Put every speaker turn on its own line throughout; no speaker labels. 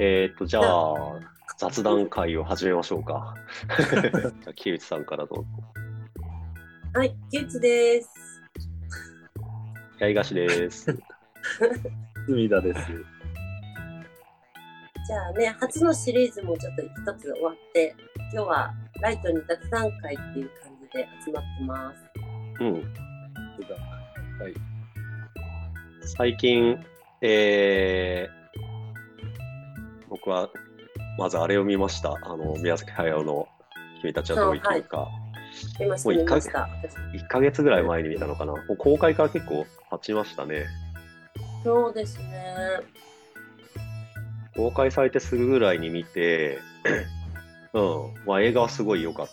っと、じゃあ、雑談会を始めましょう か。じゃあ、木内さんからどうぞ。
はい、キュッチです。
八重樫です。
隅田です。
じゃあね、初のシリーズもちょっと一つ終わって、今日はライトに雑談会っていう感じで集まってます。
うん。
普段
最近、えー、僕は、まずあれを見ました。あの、宮崎駿の君たちはどう生きるか。
見ました、見ました。
1ヶ月ぐらい前に見たのかな。もう公開から結構経ちましたね。
そうですね。
公開されてすぐぐらいに見 て、うん、まあ映画はすごい良かっ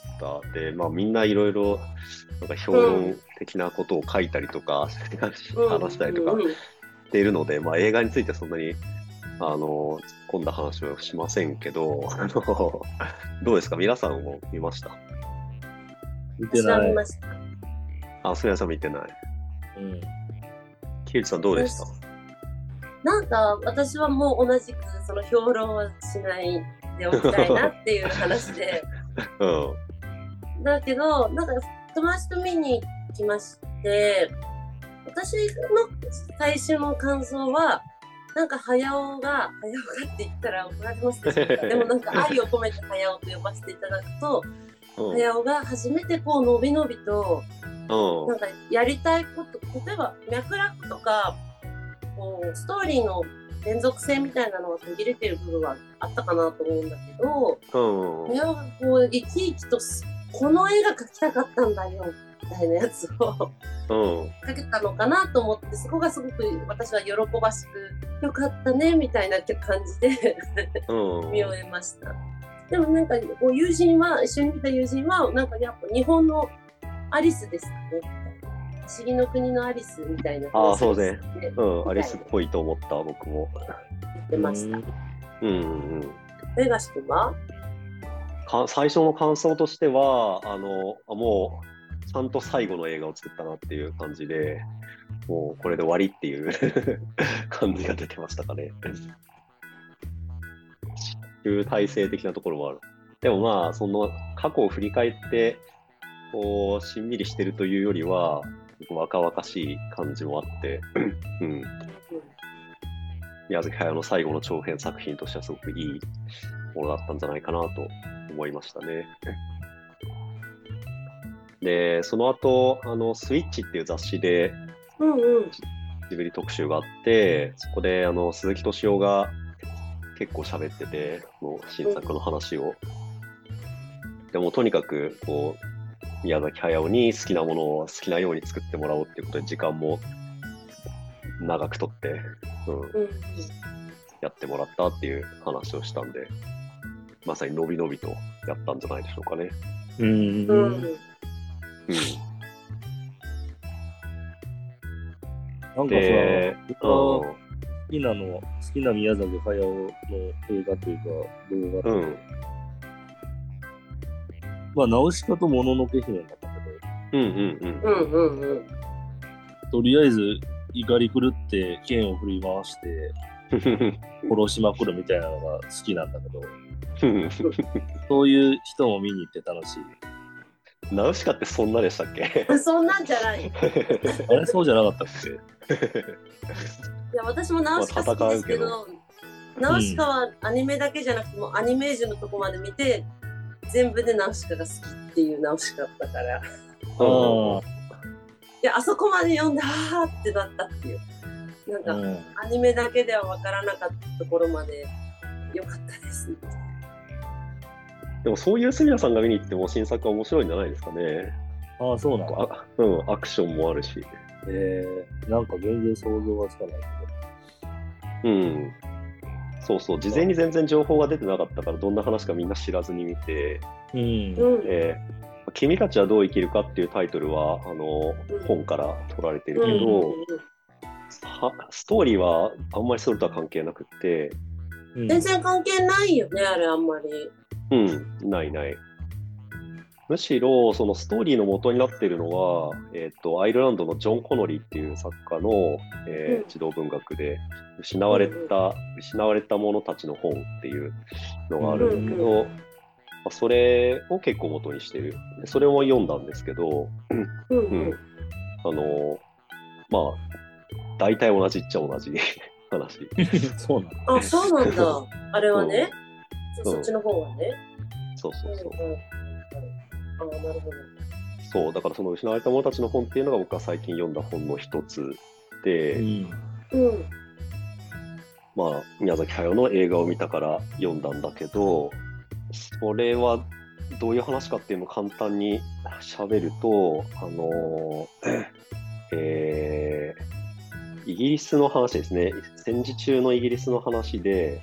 た。で、まあみんないろいろ、なんか評論的なことを書いたりとか、
うん
話したりとか
うんうん
しているので、まあ映画についてそんなに、あの、突っ込んだ話はしませんけど、あの、どうですか皆さんも見ました
見て
私は
な
見
い。
ました。
あ、すみさん見てない。
うん。
木内さんどうでした
なんか私はもう同じくその評論はしないでおきたいなっていう話で
うん。
だけどなんか友達と見に来まして私の最終の感想はなんか早尾が早尾がって言ったら怒られますでしょうかでもなんか愛を込めて早尾と呼ばせていただくと
うん。
早尾が初めてこうのびのびと
うん
なんかやりたいこと例えば脈絡とかこうストーリーの連続性みたいなのが途切れてる部分はあったかなと思うんだけど
うん。うん
親はこう生き生きとすこの絵が描きたかったんだよみたいなやつを
うん。
描けたのかなと思ってそこがすごく私は喜ばしくよかったねみたいな感じで
うん。
見終えました。でもなんかこう友人は一緒に見た友人はなんかやっぱ日本のアリスですかね不思議の国のアリスみたいな
あー
話をして
うん、アリスっぽいと思った、僕も。
言ってました。
うんうんうん。
レガシ君は
か最初の感想としてはあのあもうちゃんと最後の映画を作ったなっていう感じでもうこれで終わりっていう 感じが出てましたかね。集大成的なところもある。でもまあその過去を振り返ってこうしんみりしてるというよりは若々しい感じもあって、うん、宮崎駿の最後の長編作品としてはすごくいいものだったんじゃないかなと思いましたね。で、その後、あの、スイッチっていう雑誌で
うんうん。
ジブリ特集があって、そこで、あの、鈴木敏夫が結構喋ってて、もう新作の話を。でも、とにかく、こう、宮崎駿に好きなものを好きなように作ってもらおうっていうことで、時間も長くとって、うん、
うんうん
やってもらったっていう話をしたんで、まさに伸び伸びとやったんじゃないでしょうかね。
うん。
う
うん
ん
うん、
なんかさ、
で、
僕は好きなの、好きな宮崎駿の映画というか、動画、
うん、うん、
まあ、ナウシカともののけ姫なんだけ
う
ど、
ん、うん、
うんうんうん。
とりあえず怒り狂って剣を振り回して殺しまくるみたいなのが好きなんだけど、そういう人も見に行って楽しい。
ナウシカってそんなでしたっけ
そんなんじゃない。い
あれそうじゃなかったっけ
や、私もナウシカ好きですけど、ナウシカはアニメだけじゃなくて、もうアニメージュのとこまで見て、全部でナウシカが好きっていうナウシカだったから。い
うん
や、あそこまで読んで、あーってなったっていう。なん
う
か、
ん。
アニメだけでは分からなかったところまで、よかったです。
でもそういう杉谷さんが見に行っても新作は面白いんじゃないですかね。
ああ、そうなんだ。
あうん、アクションもあるし。
えー、なんか全然想像がつかない
うん。そうそう、事前に全然情報が出てなかったから、どんな話かみんな知らずに見て、
けど。うん
うん。うん
えー君たちはどう生きるか」っていうタイトルはあの
うん
本から取られてる
う
け
ん
ど、はストーリーはあんまりそれとは関係なくって、
うん
全然関係ないよね、あれ、あんまり。
うん、ないない。むしろ、そのストーリーの元になっているのは、えっ、と、アイルランドのジョン・コノリーっていう作家の、えー
うん
児童文学で、失われた、失われた者たちの本っていうのがあるんだけど、
うん
まあそれを結構元にしてる。でそれも読んだんですけど、
うんう
うん
ん。
あのーまあ、大体同じっちゃ同じ話。
そうなんだ。
あ、そうなんだ。あれはね。
ん
そっちの方はね。
そうそうそう。
うんうんうんあなるほど。
そう、だからその失われた者たちの本っていうのが僕は最近読んだ本の一つ
う
で、
ん。
うん。
まあ、宮崎駿の映画を見たから読んだんだけど、それはどういう話かっていうのを簡単に喋ると、あのーえーイギリスの話ですね。戦時中のイギリスの話で、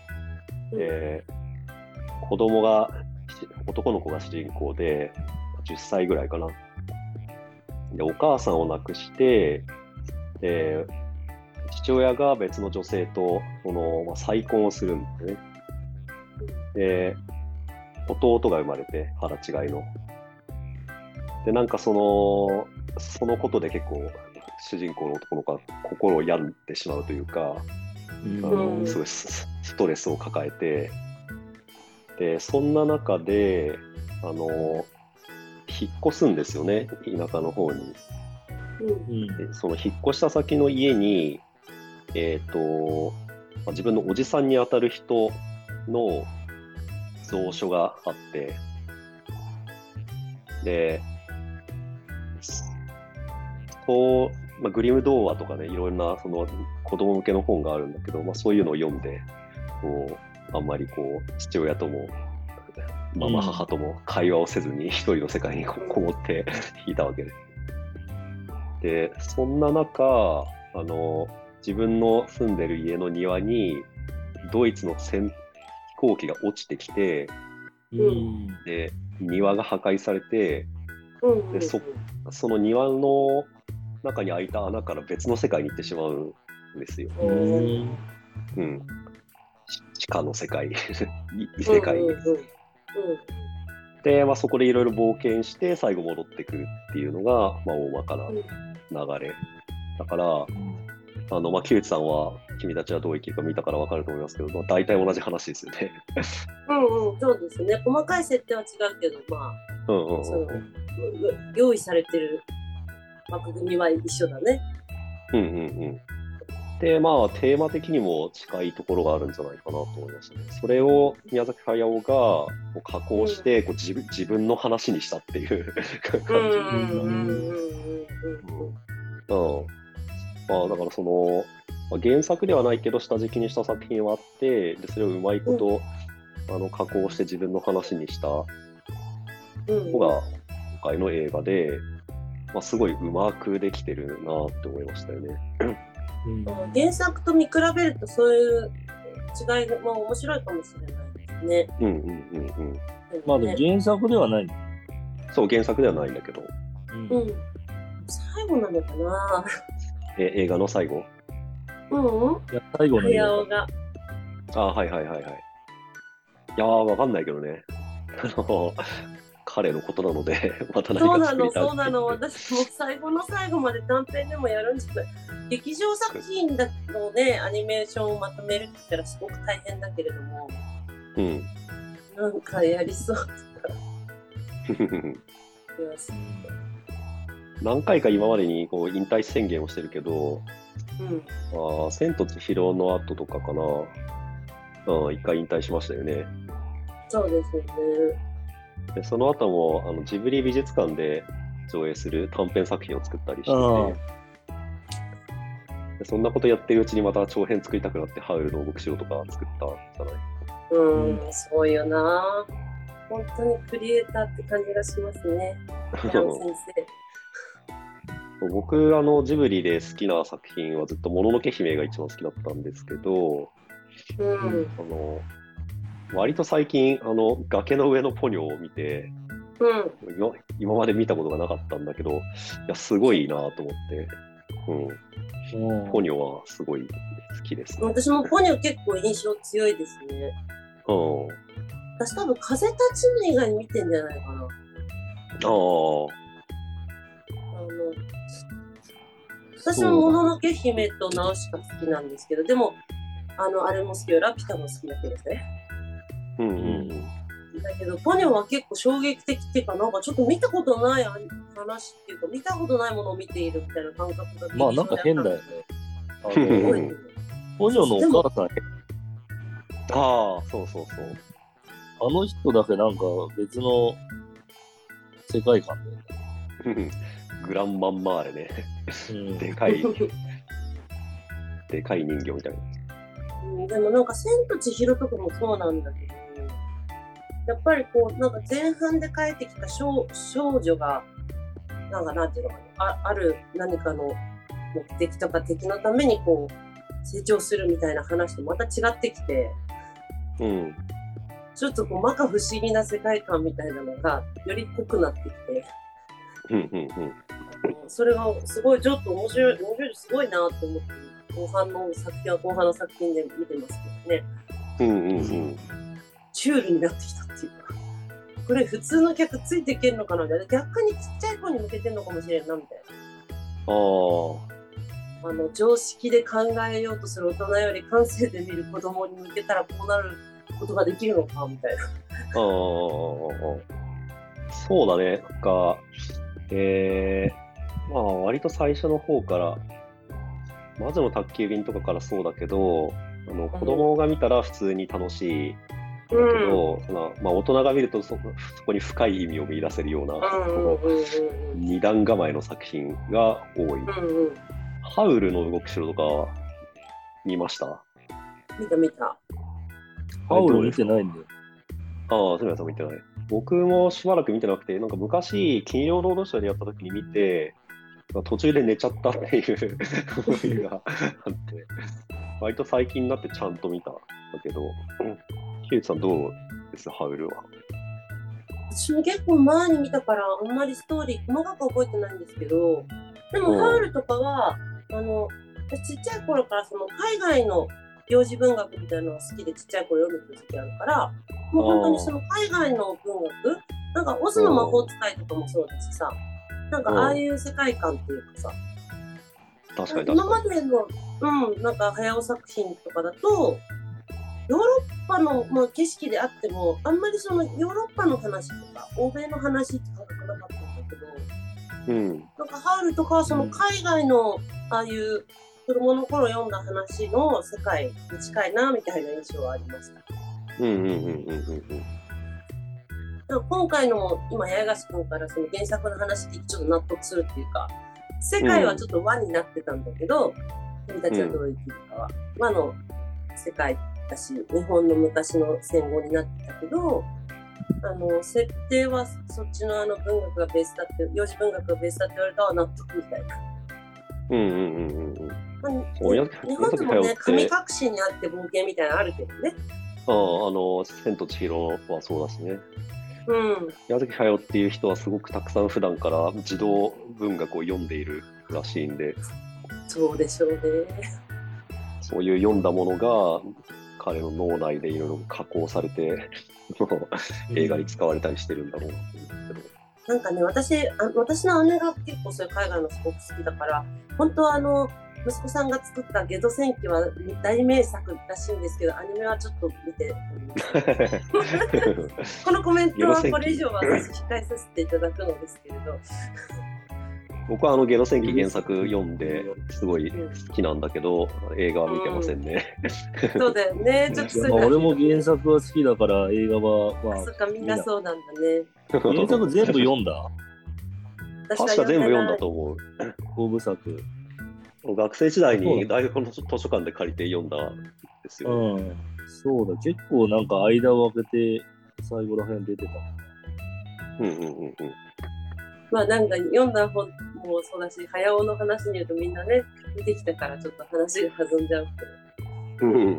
えー子供が男の子が主人公で10歳ぐらいかなでお母さんを亡くして、えー父親が別の女性とその、まあ再婚をするんだよねで弟が生まれて腹違いのでなんかそのそのことで結構主人公の男の子は心を病んでしまうというかあ
う
の
ん
すごいスストレスを抱えてでそんな中であの引っ越すんですよね田舎の方に
うん
うん
でその引っ越した先の家にえっ、とまあ自分のおじさんにあたる人の蔵書があってでこう、まあ、グリム童話とかねいろんなその子供向けの本があるんだけど、まあ、そういうのを読んでこうあんまりこう父親ともママ母とも会話をせずに 一人の世界にここもっていたわけで。でそんな中あの自分の住んでる家の庭にドイツの戦飛行機が落ちてきて
うん。
で庭が破壊されて
うんうん。
でそその庭の中に開いた穴から別の世界に行ってしまうんですよ。
うんうん
うん、し地下の世界 い異世界
うんうんうん
で、まあ、そこでいろいろ冒険して最後戻ってくるっていうのが、まあ、大まかな流れだからあの、まあ、木内さんは君たちはどう生きるか見たから分かると思いますけど、まあ、大体同じ話ですよね。
うんうん、そうですね。細かい設定は違うけど、ま
うんうん
あ、その
うん
用意されてる枠組みは一緒だね。
うんうんうんでまあテーマ的にも近いところがあるんじゃないかなと思いましたね。それを宮崎駿がこう加工してこう自分自分の話にしたっていう 感じ。うんまあ、だからその、まあ原作ではないけど下敷きにした作品はあってでそれをうまいこと、あの加工して自分の話にしたの
うんうん
が今回の映画で、まあ、すごいうまくできてるなって思いましたよね。
うん
原作と見比べるとそういう違いが、まあ、面白いかもしれないですね。
うんうんうんうん、
まあでも
ね
原作ではない。
そう原作ではないんだけど、
うん
うん、最後なのかな。
え映画の最後。
うん、うん、
いや最後の映
早
画
尾が。
あはいはいはいはい。いやー、わかんないけどね。あの、彼のことなので、 また
そ
何か
うな
作り
の、
たい
そうなの、私もう最後の最後まで短編でもやるんじゃない。劇場作品だので、アニメーションをまとめるって言ったらすごく大変だけれども、
うん。
なんかやりそうな気がす
何回か今までにこう引退宣言をしてるけど、
る。うん。
あー千と千尋の後とかかな。うん、一回引退しましたよね。
そうですよね。
でその後もあのジブリ美術館で上映する短編作品を作ったりして
あ
てでそんなことやってるうちにまた長編作りたくなって、ハウルの牧城とか作ったんじゃない
うん、すごいよな。本当にクリエイターって感じがしますね。平尾先
僕あのジブリで好きな作品はずっと「もののけ姫」が一番好きだったんですけど
生。うん。
あの割と最近あの崖の上のポニョを見て
うん。
今今まで見たことがなかったんだけどいやすごいなと思って、
うん
うん、ポニョはすごい好きです、ね
私もポニョ結構印象強いですね。
うん、
私多分風立ちぬ以外に見てんじゃないかな。
ああ。
あの私ももののけ姫とナウシカ好きなんですけど、でも、あの、あれも好きよ、ラピュタも好きだけどね。
うんうんうん。
だけど、ポニョは結構衝撃的っていうか、なんかちょっと見たことない話っていうか、見たことないものを見ているみたいな感覚が。
まあなんか変だよね。あ
うん
すご
の
いね
ポジョのお母さん、
ああ、そうそうそう。
あの人だけなんか別の世界観だよね。
うんグランマンマーレね。
うん
でかい、でかい人形みたいな。
うんでもなんか「千と千尋」とかもそうなんだけどやっぱりこうなんか前半で帰ってきた少少女がなんかなんていうのかなあある何かの目的とか敵のためにこう成長するみたいな話とまた違ってきて
うん。
ちょっとこう摩訶不思議な世界観みたいなのがより濃くなってきて
うんうんうん。
あのそれがすごいちょっと面白い面白いすごいなと思って後半の作品は後半の作品で見てますけどね。
うんうんうん。
チュールになってきたっていうかこれ普通の客ついていけるのかなみたいな逆にちっちゃい子に向けてるのかもしれんなみたい
ああ。
なあの常識で考えようとする大人より感性で見る子供に向けたらこうなることができるのかみたいな
ああ。そうだね。なんか、えー、まあ割と最初の方から、魔女の宅急便とかからそうだけど、あの子供が見たら普通に楽しいだけど、そのまあ、大人が見るとそこそこに深い意味を見出せるような、こ
う
の
ん
二段構えの作品が多い。
うんうん
ハウルの動く城とか見ましたあ
見た見た
ハウル見てないんだよ。
あ、すみません、見てない。僕もしばらく見てなくて、なんか昔、金曜ロードショーでやった時に見て、途中で寝ちゃったっていう思いがあって、割と最近になってちゃんと見たんだけど、ヒューさんどうです、ハウルは。
私も結構前に見たからあんまりストーリー細かく覚えてないんですけどで
う
も
ん
ハウルとかはあの私ちっちゃい頃からその海外の行事文学みたいなのが好きでちっちゃい頃読む時期あるからもう本当にその海外の文学なんかオズの魔法使いとかもそうだしさなんかああいう世界観っていうかさ
確かに
今
確か
までの、うん、なんか早尾作品とかだとヨーロッパの、まあ、景色であってもあんまりそのヨーロッパの話とか欧米の話って感覚なかったんだけど
に。うん。
なんかハウルとかはその海外のああいう子供の頃読んだ話の世界に近いなみたいな印象はありました。
うんうんうんうんうん
なんか今回の今八重樫君からその原作の話聞いてちょっと納得するっていうか世界はちょっと和になってたんだけど君たちはどう生きるかは、和の世界だし日本の昔の戦後になってたけどあの設定はそっちのあの文学がベースだって幼児文学がベースだって言われたら納得みたいな。
うんうんうんうんうん。
まあ
おや
日本でも
や
ね
っ、ぱ
神
り
隠しにあって冒険みたいなのあるけどね。
ああ、あの、千と千尋はそうだしね。
うん。
矢崎駿っていう人はすごくたくさん普段から児童文学を読んでいるらしいんで
そうでしょうね。
そういう読んだものが彼の脳内でいろいろ加工されて 映画に使われたりしてるんだろう なと思うんです
なんかね、私、あ私の姉が結構そういう海外のすごく好きだから、本当はあの、息子さんが作ったゲド戦記は大名作らしいんですけど、アニメはちょっと見て、
けど
このコメントは
ゲド戦記
これ以上は私控えさせていただくのですけれ ど、
僕はあの「ゲロ戦記」原作読んですごい好きなんだけど映画は見てませんね、
そうだよね、ちょっとそ
いや
れ
まあ俺も原作は好きだから映画は、まあ、
そっか、みんな
う。
そうなんだね。
原作全部読んだ
私
確か全部読んだと思う
後部作。
もう学生時代に大学の図書館で借りて読んだんですよ、
うん。そうだ、結構なんか間を空けて最後ら辺出てた。
うんうんうんうん
まあなんか読んだ本もそうだし、早尾の話に言うとみんなね、見てきたからちょっと話が弾んじゃうけど。
うん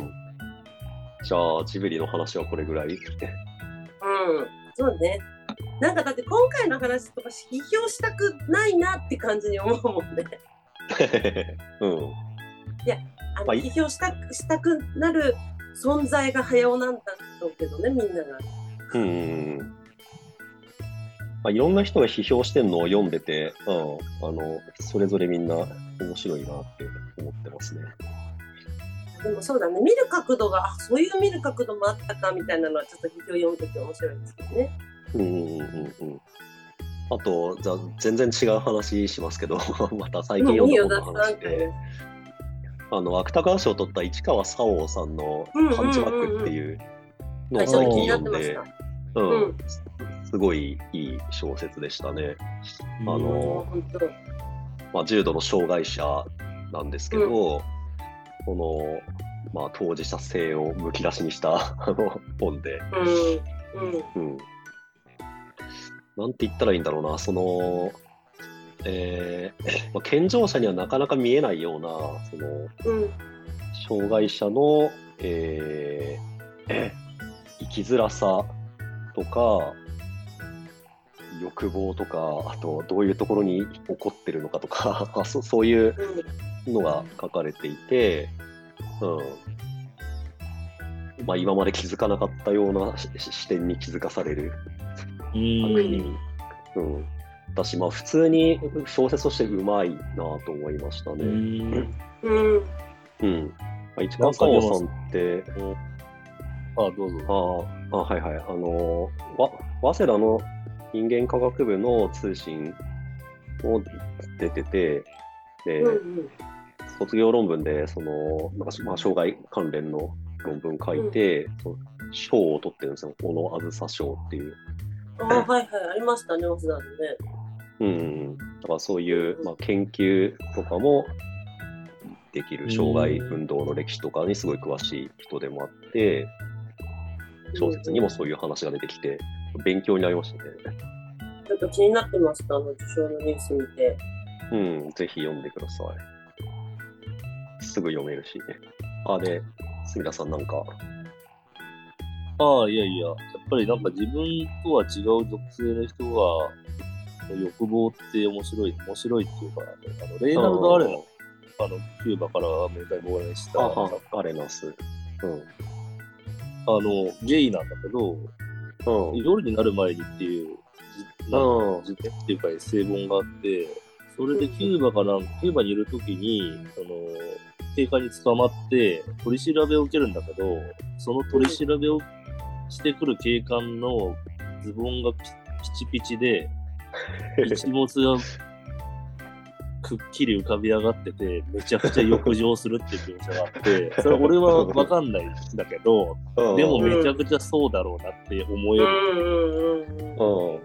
じゃあ、ジブリの話はこれぐらい。
うん、そうね。なんかだって今回の話とか批評したくないなって感じに思うもんね。
うん。
あの
はい
批評したくしたくなる存在が早尾なんだろうけどね、みんなが。
うん。まあ、いろんな人が批評してるのを読んでて、うん、あのそれぞれみんな面白いなって思ってますね。
でもそうだね見る角度があそういう見る角度もあったかみたいなのはちょっと批評読むとき面白いですけどね。
うんうんうんうんあと、じゃあ全然違う話しますけど、 また最近
もうい
読
いよ
んだ
だ
本
っ
の話
て
で、あの芥川賞を取った市川沙央さんの「パンチバック」っていうの
な
を
んか最
最
近気
近
になって
読ん
まし
で
た。、
うん
うん
すすごいいい小説でしたね。あ
あ
の
の本当
まあ、重度の障害者なんですけど、そのまあ、当事者性をむき出しにした あの本で、
うんうん
うん、なんて言ったらいいんだろうな、その、えー まあ、健常者にはなかなか見えないような、その
うん
障害者の、えー 生きづらさとか欲望とかあとどういうところに起こってるのかとか あそそういう
うん
のが書かれていて、うんまあ、今まで気づかなかったようなしし視点に気づかされる
うん
作品、うん、だしまあ普通に小説としてうまいなと思いましたね。
うん
うん
うんまあ、市川
なんか
沙
でも
央さんって
あどうぞ。
ああ、あはいはい。あのーわ、早稲田の人間科学部の通信を出てて、で、
うん
卒業論文で、その、なんか、まあ、障害関連の論文書いて、その賞を取ってるんですよ。小野あずさ賞っていう。
あーはいはいありましたね早稲田のね。
うん。だからそういうう、
ん
まあ、研究とかもできる、障害運動の歴史とかにすごい詳しい人でもあって、小説にもそういう話が出てきて、勉強になりましたね。
ちょっと気になってました、あの受賞のニュース見て。
うん、ぜひ読んでください。すぐ読めるしね。あれ、すみださんなんか。
ああ、いやいや、やっぱりなんか自分とは違う属性の人が、欲望って面白い、面白いっていうか、あのレイナルド・アレナ、あの、キューバからアメリカに亡命した、
あ
あ
は、アレナス。う
の、ゲイなんだけど、
ん。うん。
夜になる前にっていう、じなんか
うん。
辞典っていうかエッセイ本があって、それでキューバかなんキューバにいるときに、その、警官に捕まって、取り調べを受けるんだけど、その取り調べをしてくる警官のズボンがピピチピチで、一物がくっきり浮かび上がってて、めちゃくちゃ浴場するっていう描写があって、それ俺はわかんないんだけど、でもめちゃくちゃそうだろうなって思え
うん
る。
うんうんうん。
うん。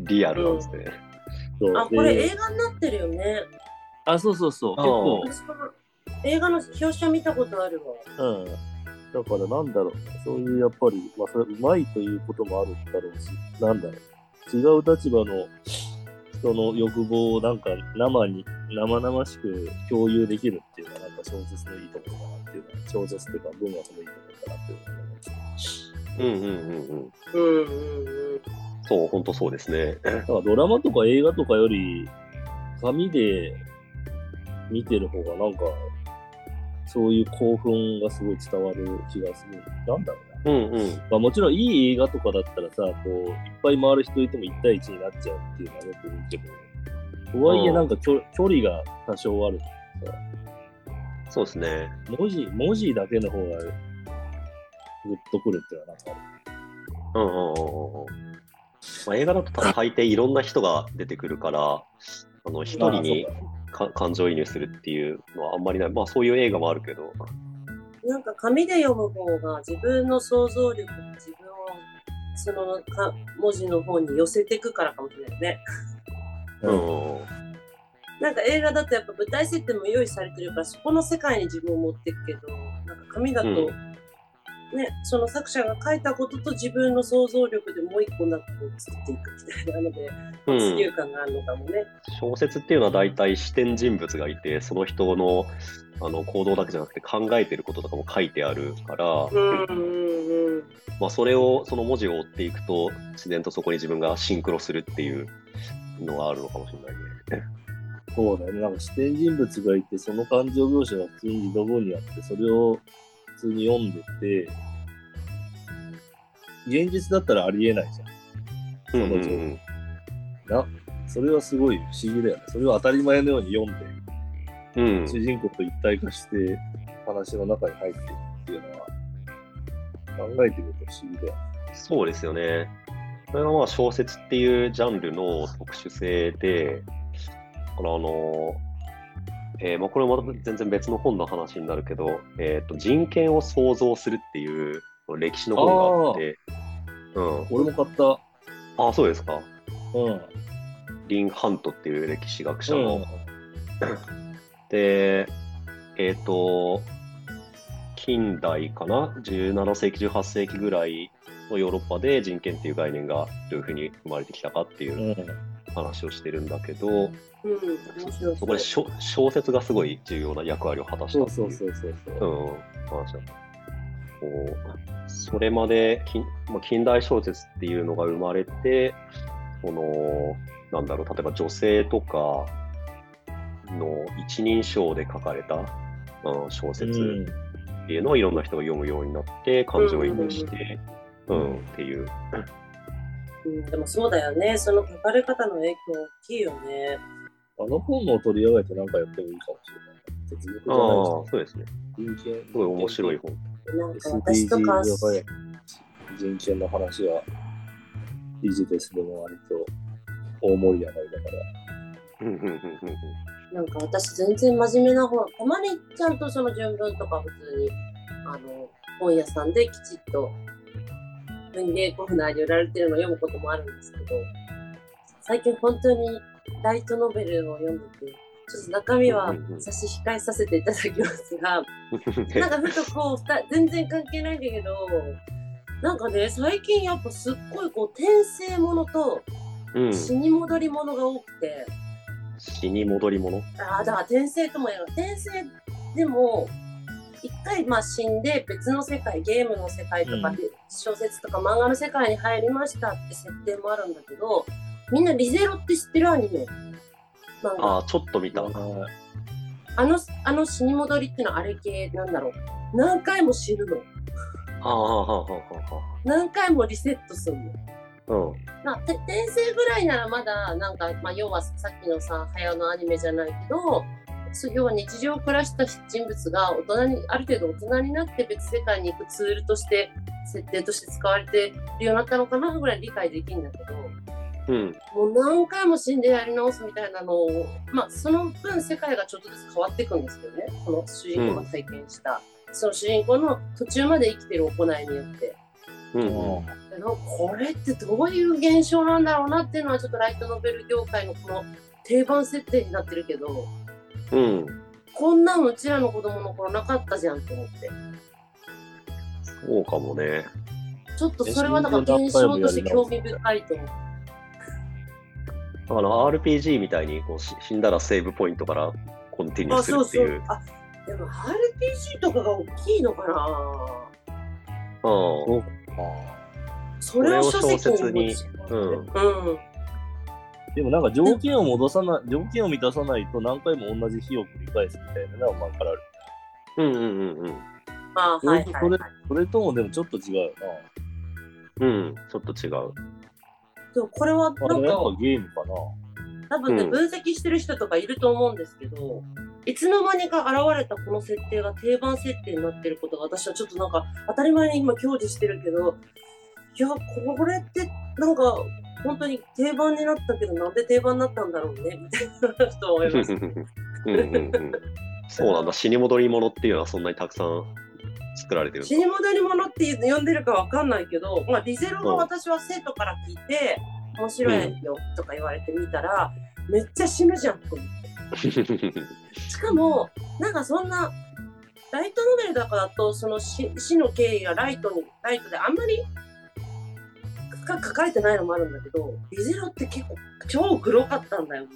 リアルなんですね。
そう
あ、これ映画になってるよね。
あ、そうそうそう。
あ
結構、
私も映画の表紙を見たことあるわ。
うん。だからなんだろうね、そういうやっぱり、まあそれうまいということもあるんだろうし、なんだろう、違う立場の人の欲望をなんか生に、生々しく共有できるっていうのは、なんか小説のいいところだなっていうのは、小説っていうか文学のいいところだなっていうのは思います。
うんうんうんうん。
うんうんうん。
そう、本当そうですね。
だからドラマとか映画とかより、紙で見てる方がなんか、そういう興奮がすごい伝わる気がする。なんだろうね。
うんうん。
まあ、もちろんいい映画とかだったらさ、こう、いっぱい回る人いても1対1になっちゃうっていうのはよく見るけど、とはいえ
うん
なんか距,、距離が多少ある。
そうですね。
文字、文字だけの方がグッとくるっていうのはなんかあ
うんうんうんうん。まあ、映画だと多分大抵いろんな人が出てくるから、あの、一
る。
人にか感情移入するっていうのはあんまりない。まあ、そういう映画もあるけど。
なんか紙で読む方が自分の想像力、自分をそのか文字の方に寄せていくからかもしれないね。
う
うんんうん。
なんか映画だとやっぱ舞台設定も用意されてるからそこの世界に自分を持っていくけどなんか紙だと、
う
ねその作者が書いたことと自分の想像力でもう一個なんかこう作っていくみたいなので
うん
自由感があるのかもね。
小説っていうのは大体視点人物がいてその人のあの行動だけじゃなくて考えてることとかも書いてあるから、
うんうんうん
まあ、それをその文字を追っていくと自然とそこに自分がシンクロするっていうのがあるのかもしれないね。
そうだよね。なんか視点人物がいて、その感情描写が普通に自動文にあって、それを普通に読んでて、現実だったらありえないじゃん。
うんん
う
うん
うんな、それはすごい不思議だよね。それを当たり前のように読んで、
うん。
主人公と一体化して話の中に入っていくっていうのは、考えてみると不思議だよね。
そうですよね。これはまあ小説っていうジャンルの特殊性で、このあの、えーまあ、これまた全然別の本の話になるけど、えー、と人権を創造するっていうこの歴史の本があって、うん、
俺も買った。
ああ、そうですか。
うん。
リン・ハントっていう歴史学者の。
うん
で、えっ、と、近代かな、17世紀、18世紀ぐらいのヨーロッパで人権っていう概念がどういうふうに生まれてきたかっていう
うん。
話をしてるんだけど、
うん、面白い。
そこで小小説がすごい重要な役割を果たした
そ
っ
う
てい
そうそうそうそう。
うん、話だった。こうそれまで近,、まあ、近代小説っていうのが生まれて、この、なんだろう、例えば女性とかの一人称で書かれた、うん、小説っていうのをいろんな人が読むようになって、感情移入して、うん、っていう。
うん、でもそうだよね。その書かれ方の影響大きいよね。
あの本を取り上げて何かやってもいいかもしれない。哲学じ
あ
ゃ
あ
ない
ー、そうですね。
ですか人権。
すごい面白い本。
なんか私
SDGs
とか、
の話人権の話はビジネスでも割と大盛り上がりだから。
うんうんうんうんうん
なんか私全然真面目な本、たまにちゃんとその純文とか普通に、あの、本屋さんできちっと文芸コーナーに売られてるのを読むこともあるんですけど、最近本当にライトノベルを読んでて、ちょっと中身は差し控えさせていただきます が、なんかふとこうふた全然関係ないんだけどなんかね最近やっぱすっごいこう転生ものと
うん、
死に戻りものが多くて、
死に戻り物。
ああだから転生ともやる転生でも一回まあ死んで別の世界ゲームの世界とか、
うん
小説とか漫画の世界に入りましたって設定もあるんだけどみんなリゼロって知ってるアニメ漫画
ああ、ちょっと見た。うん
あのあの死に戻りってのはあれ系なんだろう何回も死ぬの
ああ、はあ、はあ、は
何回もリセットするの
あ。うん。
まあ、て転生ぐらいならまだなんか、まあ、要はさっきのさ早尾のアニメじゃないけどそう要は日常を暮らした人物が大人にある程度大人になって別世界に行くツールとして設定として使われてるようになったのかなぐらい理解できるんだけど
うん。
もう何回も死んでやり直すみたいなのを、まあ、その分世界がちょっとずつ変わっていくんですけどねその主人公が体験した、その主人公の途中まで生きてる行いによって。
うん。
けどこれってどういう現象なんだろうなっていうのはちょっとライトノベル業界のこの定番設定になってるけど
うん。
こんなんうちらの子供の頃なかったじゃんと思って
そうかもね。
ちょっとそれはなんか現象として興味深いと思う
だから RPG みたいにこうし死んだらセーブポイントからコンティニュー
あ
す
そ
る
う
って
そ
いう
う。あでも RPG とかが大きいのかな
うん
それを書籍に持ち
これを小説
うん、うん、
でもなんか条件を戻さない、条件を満たさないと何回も同じ日を繰り返すみたいなのは漫画からある。
うんうんうん
あはいはい、はい、
それともでもちょっと違うよな。
うん。うん。ちょっと違う。
でもこれはな
あれ
ん
も
か
やっぱゲームかな。
多分ね、
うん
分析してる人とかいると思うんですけどいつの間にか現れたこの設定が定番設定になってることが私はちょっとなんか当たり前に今享受してるけどいやこれってなんか本当に定番になったけどなんで定番になったんだろうねみたいな人は思 います。
うんうんうん。そうなんだ。死に戻り物っていうのはそんなにたくさん作られてるんだ
死に戻り物って呼んでるかわかんないけど、まあ、リゼロが私は生徒から聞いて面白いよとか言われてみたら、めっちゃ死ぬじゃんと思って。しかもなんかそんなライトノベルだからとその死死の経緯がライトにライトであんまりか書かれてないのもあるんだけどリゼロって結構超黒かったんだよね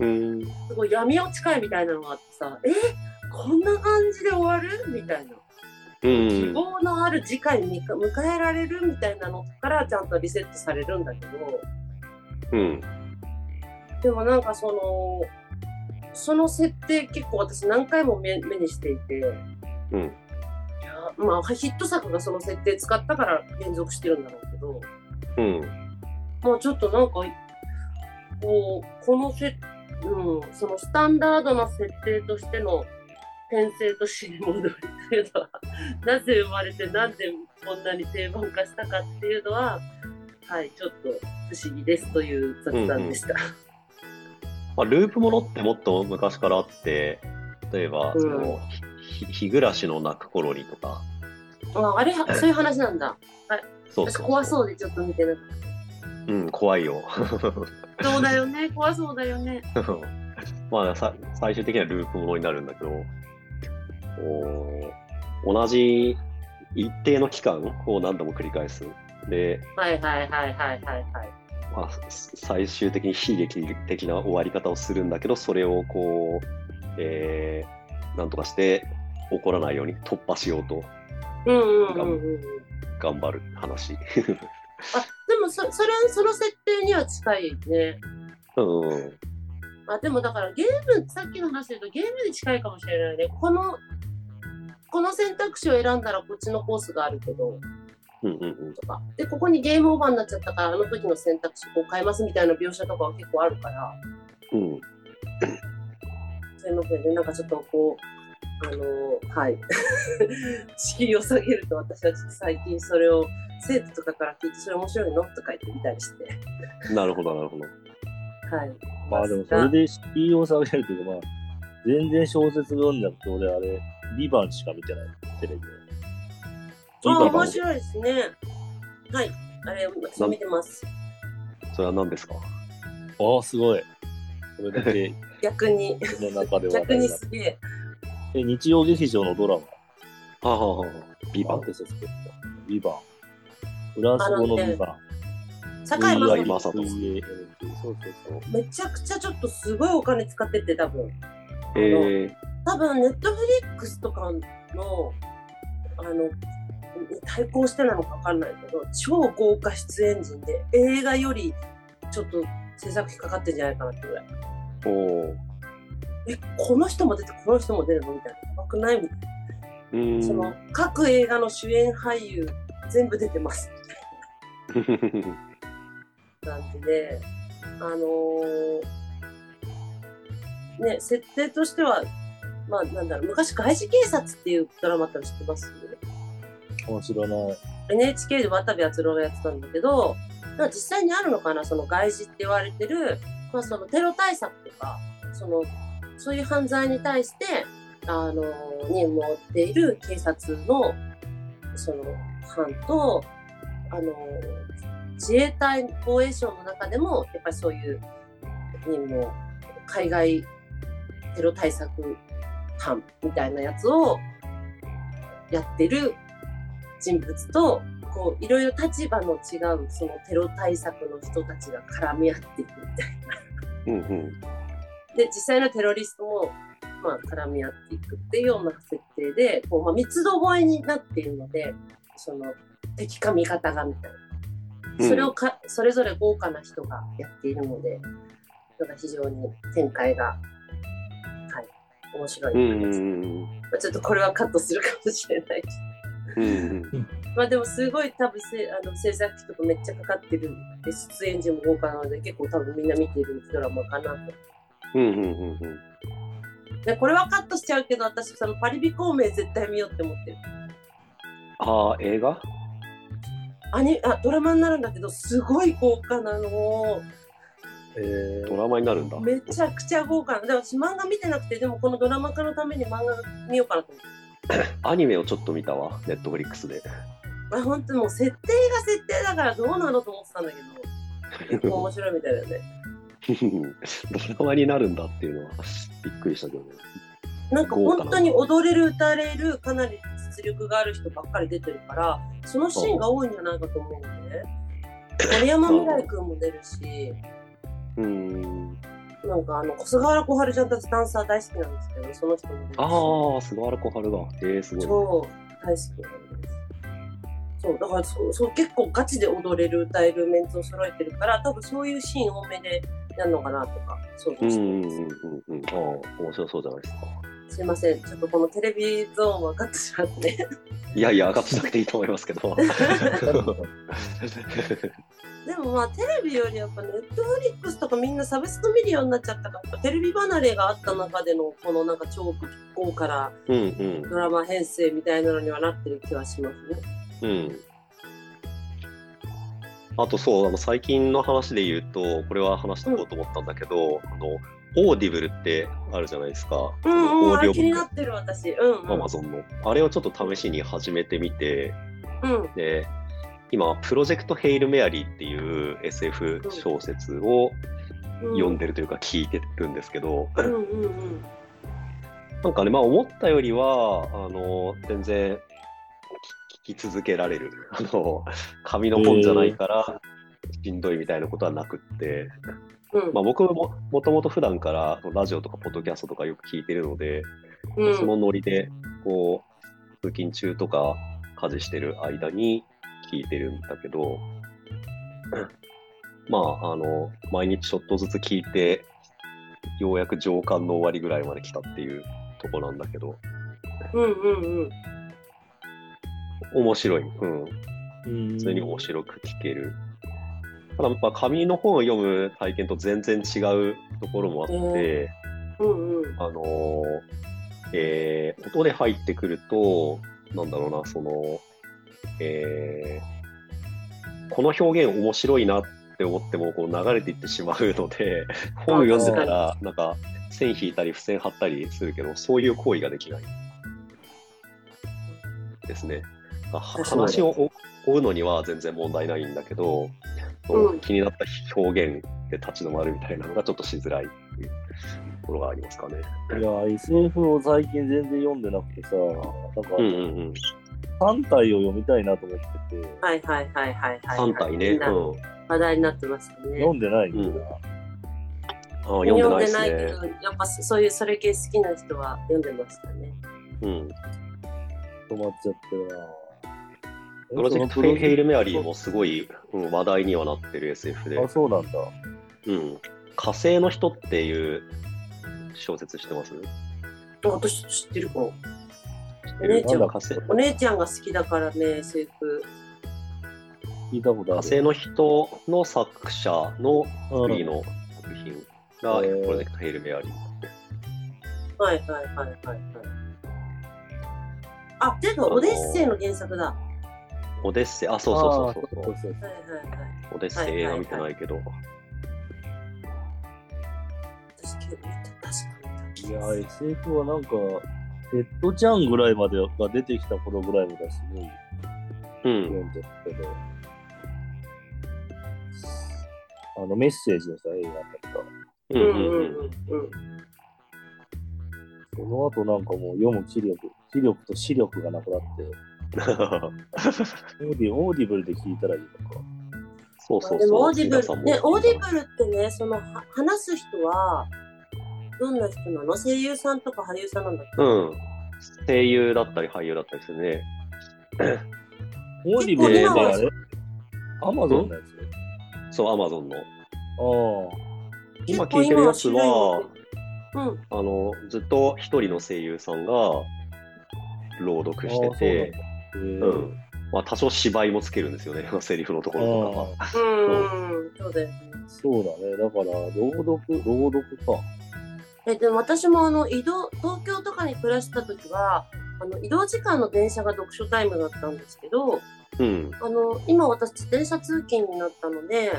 うん。
すごい闇落ち会みたいなのがあってさえこんな感じで終わるみたいな
う
希
ん。
望のある次回にか迎えられるみたいなのからちゃんとリセットされるんだけど
うん。
でもなんかそのその設定結構私何回も目目にしていて。
うん。
いやまあヒット作がその設定使ったから連続してるんだろうけど
うん。
もうちょっとなんかこうこのせ、うん、そのスタンダードな設定としての転生と死に戻りというのは なぜ生まれてなぜこんなに定番化したかっていうのははいちょっと不思議ですという雑談でした。
まあ、ループものってもっと昔からあって、例えば、
うん
その、ひひ日暮らしの泣く頃にとか、
ああれはそういう話なんだ。
そう
私
そう。
怖そうでちょっと見てなかっ
うん、怖いよ。
た。そうだよね怖そうだよね。
まあさ、最終的にはループものになるんだけど、お同じ一定の期間を何度も繰り返す。で、
はいはいはいはいはいはい。
まあ、す最終的に非劇的な終わり方をするんだけど、それをこう、えーなんとかして起こらないように突破しようと
うんうんうんうんうん。
頑張る話。
あでもそそれその設定には近いね。
うん、
あでもだからゲームさっきの話で言うとゲームに近いかもしれないね。このこの選択肢を選んだらこっちのコースがあるけど
うん、うん、うん。
とかでここにゲームオーバーになっちゃったからあの時の選択肢こう変えますみたいな描写とかは結構あるから
うん、
すいませんねなんかちょっとこうあのーはい 仕切りを下げると私はちょっと最近それを生徒とかから聞いてそれ面白いのとか言ってみたりして
なるほど、なるほど。
はい。
まあでもそれで敷居を下げるというか、まあ、全然小説読んじゃなくて、俺あれ、リバンしか見てない、テレビで。
あ
いい
あ
かも
面白いですね。はい。あれ、私見てます。
それは何ですか
ああ、すごい。これだけ、
逆に、
世の中で話
逆
題に
に
なって
すげえ。
え日曜劇場のドラマ、
はあ、はあはあ、ビ
リバ
バ
ン
ン
っ
で
て説明した。リバン。フランス語のビバン。
坂井
うわ
正
今
人。
正人
VANT そうそうそう。
めちゃくちゃちょっとすごいお金使ってて、多分。
えー、
多分、ネットフリックスとかの、あの、対抗してなのかわかんないけど、超豪華出演陣で、映画よりちょっと制作費かかってんじゃないかなってぐらい。
おー
え、この人も出て、この人も出るのみたいな。やばくないみたいな。
うーん。
その各映画の主演俳優全部出てますみたいな感じで、あのーね、設定としては、まあなんだろう、昔外事警察っていうドラマあったの知ってます
面白いな。
NHK で渡部篤郎がやってたんだけど、なんか実際にあるのかな、その外事って言われてる、まあ、そのテロ対策とか、そのそういう犯罪に対して、あのに持っている警察のその班と、あの自衛隊防衛省の中でも、やっぱりそういう任務を海外テロ対策班みたいなやつをやってる人物とこういろいろ立場の違うそのテロ対策の人たちが絡み合っていくみた
う
い
ん、うん。
なで実際のテロリストも、まあ、絡み合っていくっていうような設定でこう、まあ、三つどもえになっているのでその敵か味方がみたいなそれをか、それぞれ豪華な人がやっているのでなんか非常に展開が、はい、面白い、
うん、うん、うん
まあちょっとこれはカットするかもしれないけど
うん、うん。
まあでもすごい多分せあの制作費とかめっちゃかかってるんで出演陣も豪華なので結構多分みんな見てるドラマかなと。
うんうんうんうん。
でこれはカットしちゃうけど私そのパリビ孔明絶対見ようって思ってる。
ああ、映画
アニあドラマになるんだけどすごい豪華なの
えー
ドラマになるんだ。
めちゃくちゃ豪華なで私漫画見てなくてでもこのドラマ化のために漫画見ようかなと思って
アニメをちょっと見たわ、ネットフリックスで。
まあ本当もう設定が設定だからどうなのと思ってたんだけど結構面白いみたいだよね。
ドラマになるんだっていうのはびっくりしたけどね。
なんか本当に踊れる歌れるかなり実力がある人ばっかり出てるからそのシーンが多いんじゃないかと思うのね森山未来君も出るし
うーん。
なんかあの小菅原小春ちゃんたちダンサー大好きなんですけどその人も出るし
ああ、菅原小春だ。えー、すごい。
超大好きなんですそうだからそうそう結構ガチで踊れる歌えるメンツを揃えてるから多分そういうシーン多めでやるのかなとか想
う
像
ん
し
う
て
ん
ま
うんうんうん。ああ、面白そうじゃないですか。
す、すいません、ちょっとこのテレビゾーン分かってしまって。
いやいや、上がってなくていいと思いますけ ど。
でもまあテレビよりやっぱネットフリックスとかみんなサブスク見るようになっちゃったからテレビ離れがあった中でのこのなんか超豪華な
うんうん
ドラマ編成みたいなのにはなってる気はしますね。
うん。あとそう、あの最近の話で言うと、これは話しておこうと思ったんだけど、あの、オーディブルってあるじゃないですか。
うんうん、
オー
あ
ディ
れ
オブ
気になってる私。うん、うん。
アマゾンの。あれをちょっと試しに始めてみて、
うん。
で、今、プロジェクト・ヘイル・メアリーっていう SF 小説を読んでるというか聞いてるんですけど、
うんうんうん。
なんかね、まあ思ったよりは、あの、全然き聞き続けられる。 あの、紙の本じゃないから、しんどいみたいなことはなくって、
うん
まあ僕ももともと普段からラジオとかポッドキャストとかよく聞いてるので、
うん
そのノリで、こう、通勤中とか家事してる間に聞いてるんだけど、まあ、あの、毎日ちょっとずつ聞いて、ようやく上巻の終わりぐらいまで来たっていうとこなんだけど、
うんうんうん。
面白い。うん。
うん
普通に面白く聞ける。ただ、まあ、紙の本を読む体験と全然違うところもあって、
えうんうん。
あのーえー音で入ってくると、なんだろうな、その、えーこの表現面白いなって思ってもこう流れていってしまうの で、本読んでたら、なんか線引いたり付箋貼ったりするけど、そういう行為ができないですね。まあは
そうだ
話を追追うのには全然問題ないんだけど、
うん
気になった表現で立ち止まるみたいなのがちょっとしづらいっていうところがありますかね。
いや、SF を最近全然読んでなくてさ、
うん
なんか
うんうん。
3体を読みたいなと思ってて、
はいはいはいはいはい。
3体ね。
み
うん。
なん話題になってますね。
読んでないんだよ
あ読んでないですね
読んで。ないけど、やっぱそういうそれ系好きな人は読んでましたね。
うん。
な、止まっちゃってな。
プロジェクトフェイヘイル・メアリーもすごい、うん話題にはなってる SF で
あ、。そうなんだ。
うん。火星の人っていう小説知ってます
私知ってるかも。お
え
姉ちゃ
なん
火
だ
星
お姉ちゃんが好きだからね、制服。
聞いたこと
火
ある。
星の人の作者のフリーの作品が
うん
プロジェクトヘイル・メアリー。
はいはいはいはいはい。あ、てか、
あのー
オデッセイの原作だ。は
オデッセイ、あ、そうそうそうそう
あーそう
いはいはい。
オデッセイ映画見てないけど。
私、確かに。
そうそういや、SF はなんか、ペットちゃんぐらいまでが出てきた頃ぐらいまではすごい
うん。
読んでたけど、あのメッセージのさ、映画だった。
う
うんん
う
うんん
うん。
うんうん。
その後なんかもう読む気力、気力と視力がなくなって、オーディオーディブルで聞いたらいいのか。
そうそうそう。
でもオーデ
水田
ィ
さ
ブ
ん
ル、
も
ね、オーディブルってね、そのは話す人は、どんな人なの声優さんとか俳優さんなんだっけ
うん。声優だったり俳優だったりするね。
オーディブルって
結構今は
あれアマゾンのやつ
そう、アマゾンの。
あ
今聞いてるやつは、
うん。うん
あの、ずっと一人の声優さんが朗読
あ。
してて、
ああそうなん
う
だ。へ
ん。まあ、多少芝居もつけるんですよね、 セリフのところとかは。
えああ
そうだよね。
そうだね。だから、朗読、朗読か。
え、でも私もあの、移動、東京とかに暮らした時は、あの、移動時間の電車が読書タイムだったんですけど、
うん。
あの、今私自転車通勤になったので、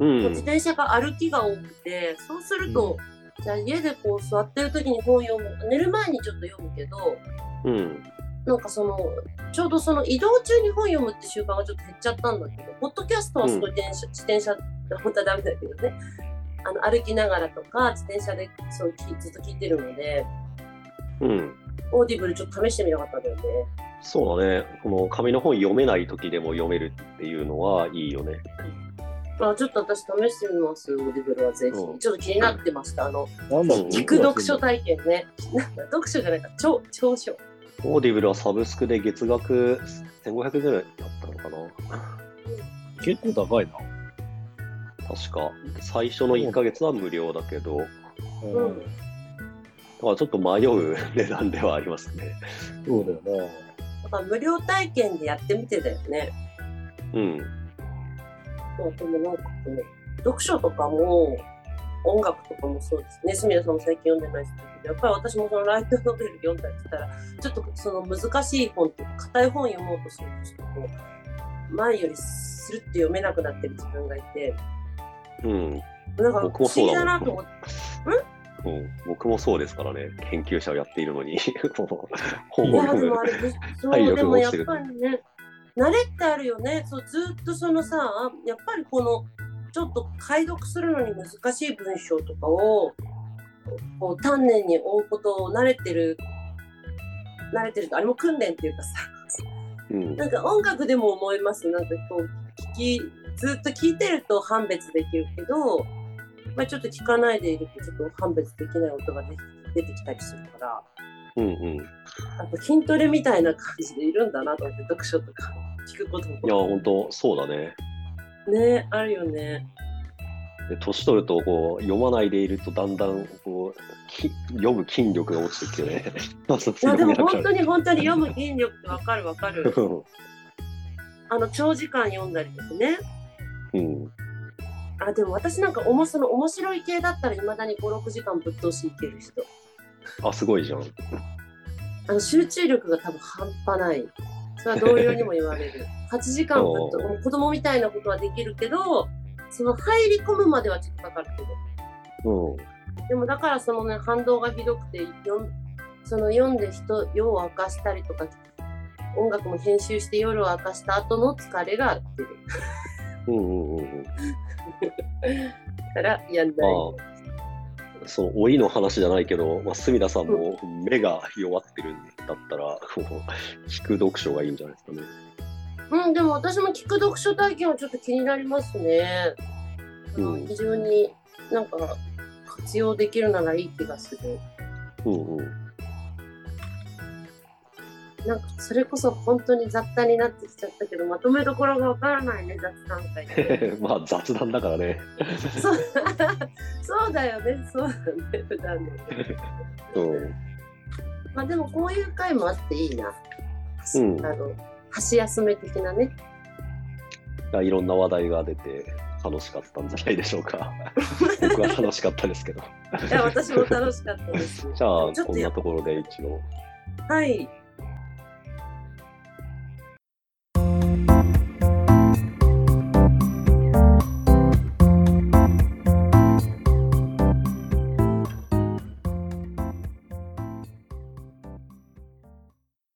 う
自
ん。
転車が歩きが多くて、そうすると、じゃあ家でこう座ってる時に本読む、寝る前にちょっと読むけど、
うん。
なんかそのちょうどその移動中に本読むって習慣がちょっと減っちゃったんだけど、ポッドキャストはすごい電車、自転車って本当はダメだけどね、あの歩きながらとか、自転車でそうきずっと聞いてるので、
うん。
オーディブルちょっと試してみなかったんだよね。
そうだね。この紙の本読めない時でも読めるっていうのはいいよね。
あちょっと私試してみます、オーディブルはぜひ。
うん
ちょっと気になってました、あの、
なんだろう
うん
聞く読書体験ね。 なんだ、読書じゃないか、聴聴書。
オーディブルはサブスクで月額1500ぐらいだったのかな。
結構高いな。
確か。最初の1ヶ月は無料だけど、
う
うん。
からちょっと迷う値段ではありますね。
そうだよね。
なんか無料体験でやってみてだよね。
うん。
そうでもなんかこう読書とかも音楽とかもそうですね。すみれさんも最近読んでないですけど、やっぱり私もそのライトノベル読んだりしたら、ちょっとその難しい本とか硬い本読もうとするとちょっとこう前よりスルッと読めなくなってる自分がいて、
うん。
なんか
僕も
不思
そう
議
だ
だ
も
なんと思って。
うん僕もそうですからね、研究者をやっているの に、もう本
い
を
やで
読む
も。あれそ
体力も
うでも
落
や
ち
って
る
ぱりね慣れってあるよねそうずっとそのさやっぱりこのちょっと解読するのに難しい文章とかをこう丹念に追うことを慣れてる慣れてるとあれも訓練っていうかさ
うん
なんか音楽でも思いますなんかこう聞きずっと聞いてると判別できるけど、まあ、ちょっと聞かないでいるとちょっと判別できない音が出て出てきたりするから。
うんうん。い
あと筋トレみたいな感じでいるんだなと思って読書とか聞くこと
や、
も
本当そうだね。
ねあるよね
で年取るとこう読まないでいるとだんだんこうき読む筋力が落ちてきてね。
いやで も本
読
当に本当に読む筋力ってわかるわか
めな
る
くなる
あの長時間読んだりとかね
うん。
あでも私なんかおもその面白い系だったらいまだに56時間ぶっ通しいける人
あ、すごいじゃん。
あの集中力が多分半端ないそれは同僚にも言われる8時間ぶっともう子供みたいなことはできるけどその入り込むまではちょっとかかるけ
う
ど
ん。
でもだからそのね反動がひどくて読んその読んで人夜を明かしたりとか音楽も編集して夜を明かした後の疲れが出る
うんうんうんうん。
からやんない。
まあ、その老いの話じゃないけど、まあ、隅田さんも目が弱ってるんだったら、こう聞く読書がいいんじゃないですかね。
うん、でも私も聞く読書体験はちょっと気になりますね。
うん
非常になんか活用できるならいい気がする。
うんうん。
なんかそれこそ本当に雑多になってきちゃったけどまとめどころがわからないね雑談会って
まあ雑談だからね。
そう そうだよねそうだ ね普段の。
うん。
まあでもこういう回もあっていいな。
うん
あの箸休め的なね。
まあいろんな話題が出て楽しかったんじゃないでしょう か。僕は楽しかったですけど。
いや私も楽しかったです。
じゃあ、
ちょ
こ
っ
とんな
や
ところで一応。
はい。